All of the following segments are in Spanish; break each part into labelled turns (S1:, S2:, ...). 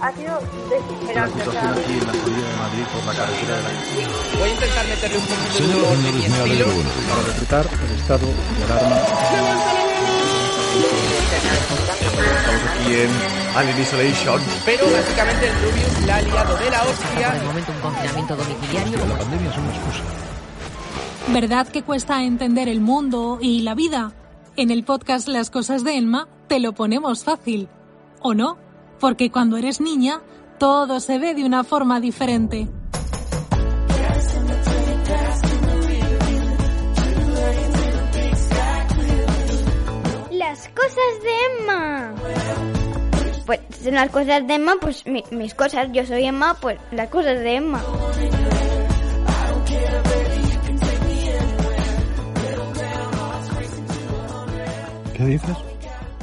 S1: ha sido desesperante.
S2: La situación aquí en la salida de Madrid por la carretera de la
S3: Voy a intentar meterle un poquito de
S4: Señor,
S3: humor
S4: no
S3: de
S4: eres muy
S3: 10 kilos.
S4: alegre.
S2: Para decretar el estado de alarma. Estamos aquí en Alien Isolation.
S3: Pero básicamente el Rubius la ha liado de la
S5: Por el
S3: hostia.
S5: momento un confinamiento domiciliario
S2: La pandemia es una excusa.
S6: ¿Verdad que cuesta entender el mundo y la vida? En el podcast Las cosas de Elma te lo ponemos fácil. ¿O no? Porque cuando eres niña, todo se ve de una forma diferente.
S1: Las cosas de Emma. Pues en las cosas de Emma, pues mi- mis cosas. Yo soy Emma, pues las cosas de Emma.
S2: ¿Qué dices?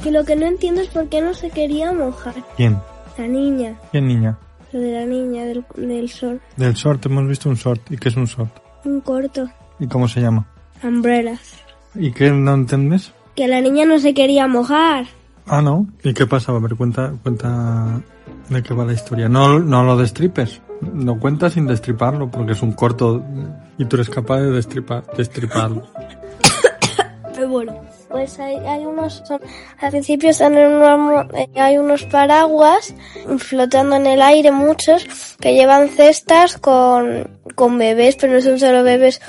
S7: Que lo que no entiendo es por qué no se quería mojar.
S2: ¿Quién?
S7: La niña,
S2: ¿Quién niña?
S7: lo de la niña del, del sol.
S2: Del short, hemos visto un short. ¿Y qué es un short?
S7: Un corto.
S2: ¿Y cómo se llama?
S7: Hambreras.
S2: ¿Y qué no entendés?
S7: Que la niña no se quería mojar.
S2: Ah, no. ¿Y qué pasa? A ver, cuenta, cuenta de qué va la historia. No, no lo destripes. No cuenta sin destriparlo, porque es un corto y tú eres capaz de destripar, destriparlo.
S7: Pero bueno. Pues hay, hay unos, son- al principio están en una mo- eh, hay unos paraguas flotando en el aire muchos que llevan cestas con, con bebés, pero no son solo bebés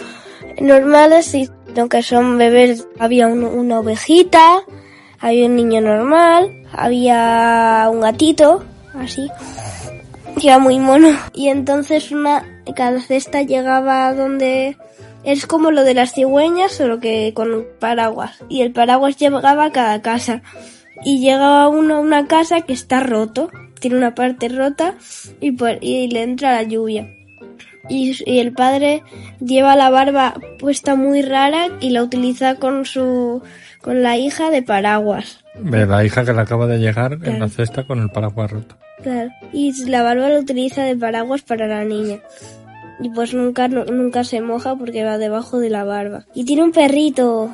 S7: normales, sino que son bebés. Había un- una ovejita, había un niño normal, había un gatito, así, que era muy mono. Y entonces una, cada cesta llegaba a donde es como lo de las cigüeñas, solo que con paraguas. Y el paraguas llegaba a cada casa. Y llegaba uno a una casa que está roto, tiene una parte rota y, por- y le entra la lluvia. Y, y el padre lleva la barba puesta muy rara y la utiliza con su con la hija de paraguas.
S2: Ve, la hija que le acaba de llegar en la
S7: Claro.
S2: cesta con el paraguas roto.
S7: Claro. Y la barba la utiliza de paraguas para la niña. Y pues nunca nu- nunca se moja porque va debajo de la barba. Y tiene un perrito.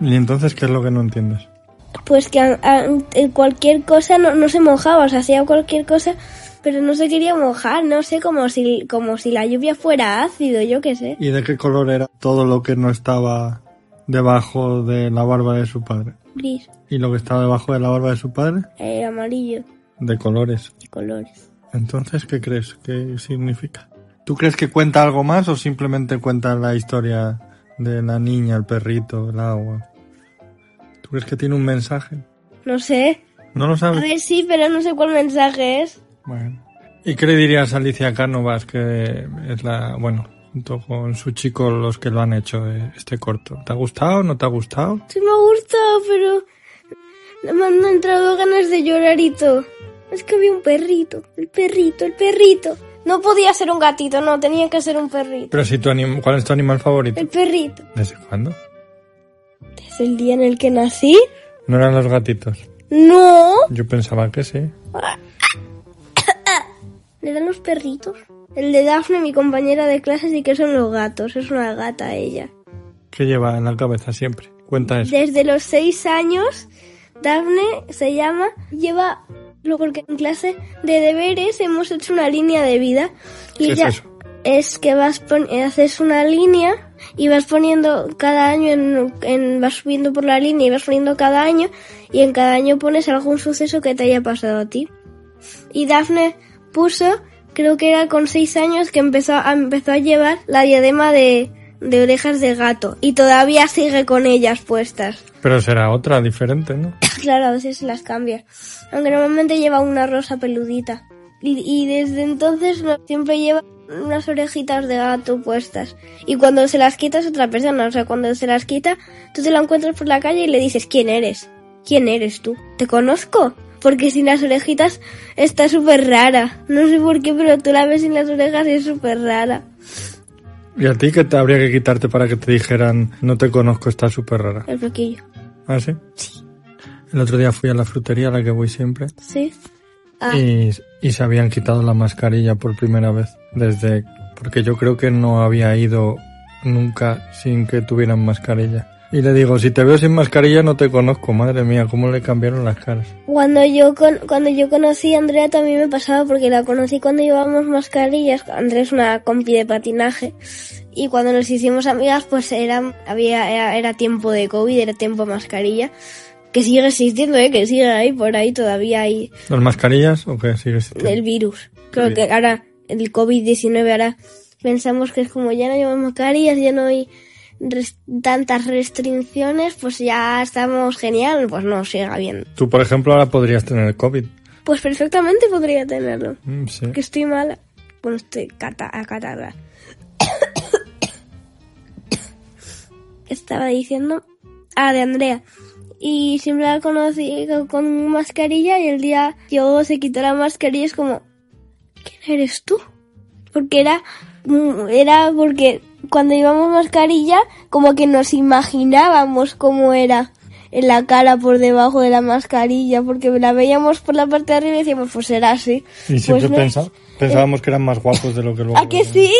S2: ¿Y entonces qué es lo que no entiendes?
S7: Pues que a- a- en cualquier cosa no, no se mojaba, o sea, hacía cualquier cosa, pero no se quería mojar, no sé, como si, como si la lluvia fuera ácido, yo qué sé.
S2: ¿Y de qué color era todo lo que no estaba debajo de la barba de su padre?
S7: Gris,
S2: ¿Y lo que estaba debajo de la barba de su padre?
S7: eh, amarillo,
S2: De colores.
S7: de colores.
S2: Entonces, ¿qué crees? ¿Qué significa? ¿Tú crees que cuenta algo más o simplemente cuenta la historia de la niña, el perrito, el agua? ¿Tú crees que tiene un mensaje?
S7: No sé.
S2: No lo
S7: A
S2: sabes.
S7: ver, sí, pero no sé cuál mensaje es.
S2: Bueno. ¿Y qué le dirías a Alicia Cánovas, que es la, bueno, junto con su chico los que lo han hecho eh, este corto? ¿Te ha gustado? ¿No te ha gustado?
S7: Sí me gusta, pero me han entrado ganas de llorar y todo. Es que había un perrito, el perrito, el perrito. No podía ser un gatito, no, tenía que ser un perrito.
S2: Pero si tu anim- ¿cuál es tu animal favorito?
S7: El perrito.
S2: ¿Desde cuándo?
S7: ¿Desde el día en el que nací?
S2: No eran los gatitos.
S7: No.
S2: Yo pensaba que sí.
S7: ¿Le dan los perritos? El de Dafne, mi compañera de clase, sí que son los gatos. Es una gata ella.
S2: ¿Qué lleva en la cabeza siempre? Cuenta eso.
S7: Desde los seis años, Dafne se llama, lleva, lo porque en clase de deberes hemos hecho una línea de vida. Y
S2: ¿Qué es
S7: ella-
S2: eso?
S7: es que vas pon- haces una línea y vas poniendo cada año en, en- vas subiendo por la línea y vas poniendo cada año y en cada año pones algún suceso que te haya pasado a ti y Dafne puso creo que era con seis años que empezó a, empezó a llevar la diadema de de orejas de gato y todavía sigue con ellas puestas
S2: Pero será otra, diferente, ¿no?
S7: Claro, a veces las cambia. Aunque normalmente lleva una rosa peludita. Y, y desde entonces no- siempre lleva unas orejitas de gato puestas. Y cuando se las quitas otra persona, o sea, cuando se las quita, tú te la encuentras por la calle y le dices, ¿quién eres? ¿Quién eres tú? ¿Te conozco? Porque sin las orejitas está súper rara. No sé por qué, pero tú la ves sin las orejas y es súper rara.
S2: ¿Y a ti qué te habría que quitarte para que te dijeran no te conozco, está súper rara?
S7: El flequillo.
S2: ¿Ah, sí? El otro día fui a la frutería a la que voy siempre
S7: ¿Sí? Ah,
S2: y, y se habían quitado la mascarilla por primera vez desde... Porque yo creo que no había ido nunca sin que tuvieran mascarilla. Y le digo, si te veo sin mascarilla no te conozco, madre mía, cómo le cambiaron las caras.
S7: Cuando yo con, cuando yo conocí a Andrea también me pasaba porque la conocí cuando llevábamos mascarillas. Andrea es una compi de patinaje y cuando nos hicimos amigas pues era había era, era tiempo de covid, era tiempo de mascarilla que sigue existiendo, ¿eh? que sigue ahí por ahí todavía hay
S2: ¿Las mascarillas o qué? Sigue existiendo?
S7: el virus. Creo
S2: Sí.
S7: que ahora el COVID-19 ahora pensamos que es como ya no llevamos mascarillas, ya no hay res- tantas restricciones, pues ya estamos genial, pues no sigue habiendo.
S2: Tú, por ejemplo, ahora podrías tener el COVID.
S7: Pues perfectamente podría tenerlo.
S2: Mm, sí.
S7: Que estoy mala. Bueno, estoy cata a catarra. Estaba diciendo. Ah, de Andrea. Y siempre la conocí co- con mascarilla y el día yo se quitó la mascarilla es como. ¿Quién eres tú? Porque era. mm, Era porque cuando llevamos mascarilla, como que nos imaginábamos cómo era en la cara por debajo de la mascarilla, porque la veíamos por la parte de arriba y decíamos, pues será así.
S2: Y
S7: Pues
S2: siempre
S7: no es-
S2: pensa- pensábamos que eran más guapos de lo que luego.
S7: ¿A que
S2: eran.
S7: sí?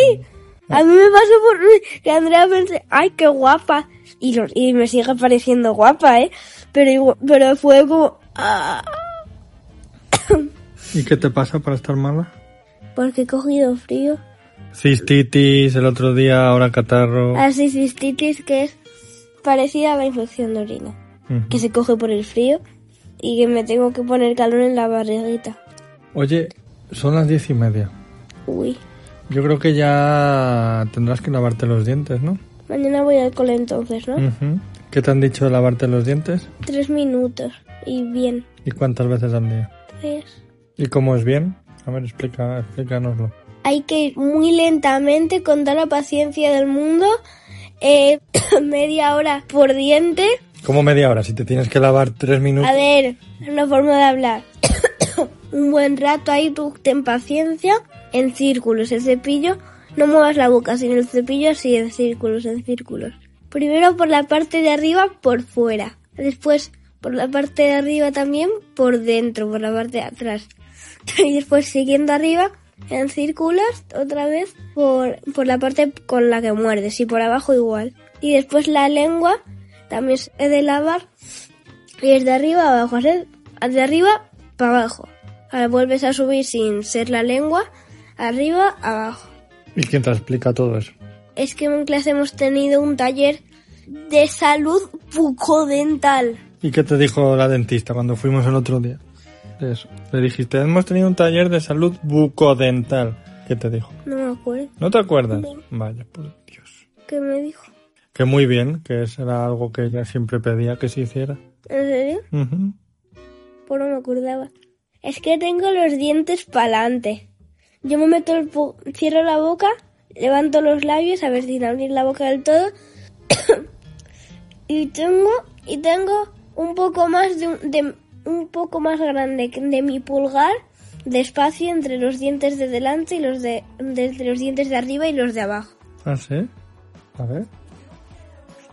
S7: A mí me pasó por que Andrea pensé, ay, qué guapa. Y, lo- y me sigue pareciendo guapa, ¿eh? Pero, igual- pero fue como... ah,
S2: ¿Y qué te pasa para estar mala?
S7: porque he cogido frío.
S2: Cistitis, el otro día, ahora catarro.
S7: Así cistitis que es parecida a la infección de orina.
S2: Ujú.
S7: Que se coge por el frío y que me tengo que poner calor en la barriguita.
S2: Oye, son las diez y media.
S7: Uy.
S2: Yo creo que ya tendrás que lavarte los dientes, ¿no?
S7: Mañana voy al cole entonces, ¿no?
S2: Ujú. ¿Qué te han dicho de lavarte los dientes?
S7: Tres minutos. Y bien.
S2: ¿Y cuántas veces al día?
S7: Tres.
S2: ¿Y cómo es bien? A ver, explica, explícanoslo.
S7: hay que ir muy lentamente con toda la paciencia del mundo, eh, media hora por diente.
S2: ¿Cómo media hora? Si te tienes que lavar tres minutos.
S7: A ver, una forma de hablar. Un buen rato ahí tú ten paciencia, en círculos, el cepillo, no muevas la boca, sino el cepillo así, en círculos, en círculos. Primero por la parte de arriba, por fuera. Después por la parte de arriba también, por dentro, por la parte de atrás. Y después siguiendo arriba, en círculos, otra vez, por, por la parte con la que muerdes y por abajo igual. Y después la lengua también se he de lavar y es de arriba a abajo, hacer de arriba para abajo. Ahora vuelves a subir sin ser la lengua, arriba, abajo.
S2: ¿Y quién te explica todo eso?
S7: Es que en clase hemos tenido un taller de salud bucodental.
S2: ¿Y qué te dijo la dentista cuando fuimos el otro día? De Eso. Le dijiste, hemos tenido un taller de salud bucodental. ¿Qué te dijo?
S7: No me acuerdo
S2: ¿No te acuerdas? Vaya, por Dios.
S7: qué me dijo.
S2: Que muy bien, que eso era algo que ella siempre pedía que se hiciera.
S7: ¿En serio?
S2: Ujú.
S7: Por no me acordaba. Es que tengo los dientes pa'lante. Yo me meto el pu- cierro la boca, levanto los labios a ver sin abrir la boca del todo. y tengo y tengo un poco más de un, de un poco más grande que- de mi pulgar de espacio entre los dientes de delante y los de, de entre los dientes de arriba y los de abajo.
S2: ¿Ah, sí? A ver.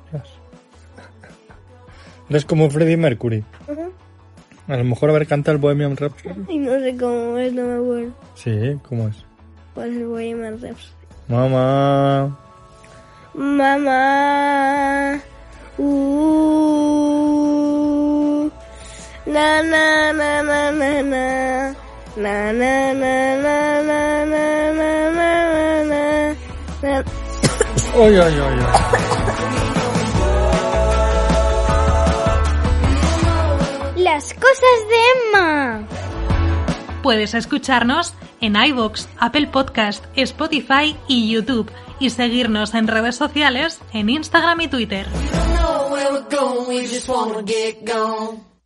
S2: Ostras. Eres como Freddie Mercury.
S7: Ujú.
S2: A lo mejor haber cantado el Bohemian Rhapsody.
S7: Y no sé cómo es, no me acuerdo.
S2: Sí, ¿cómo es?
S7: Pues el Bohemian Rhapsody.
S2: Mamá.
S7: Mamá. Uh, na na na na na na. Na na na na na na na na na na.
S2: ¡Ay, ay, ay! ay.
S1: Las cosas de Emma.
S6: Puedes escucharnos en iVoox, Apple Podcast, Spotify y YouTube y seguirnos en redes sociales en Instagram y Twitter.
S4: know where we're going, we just wanna get gone.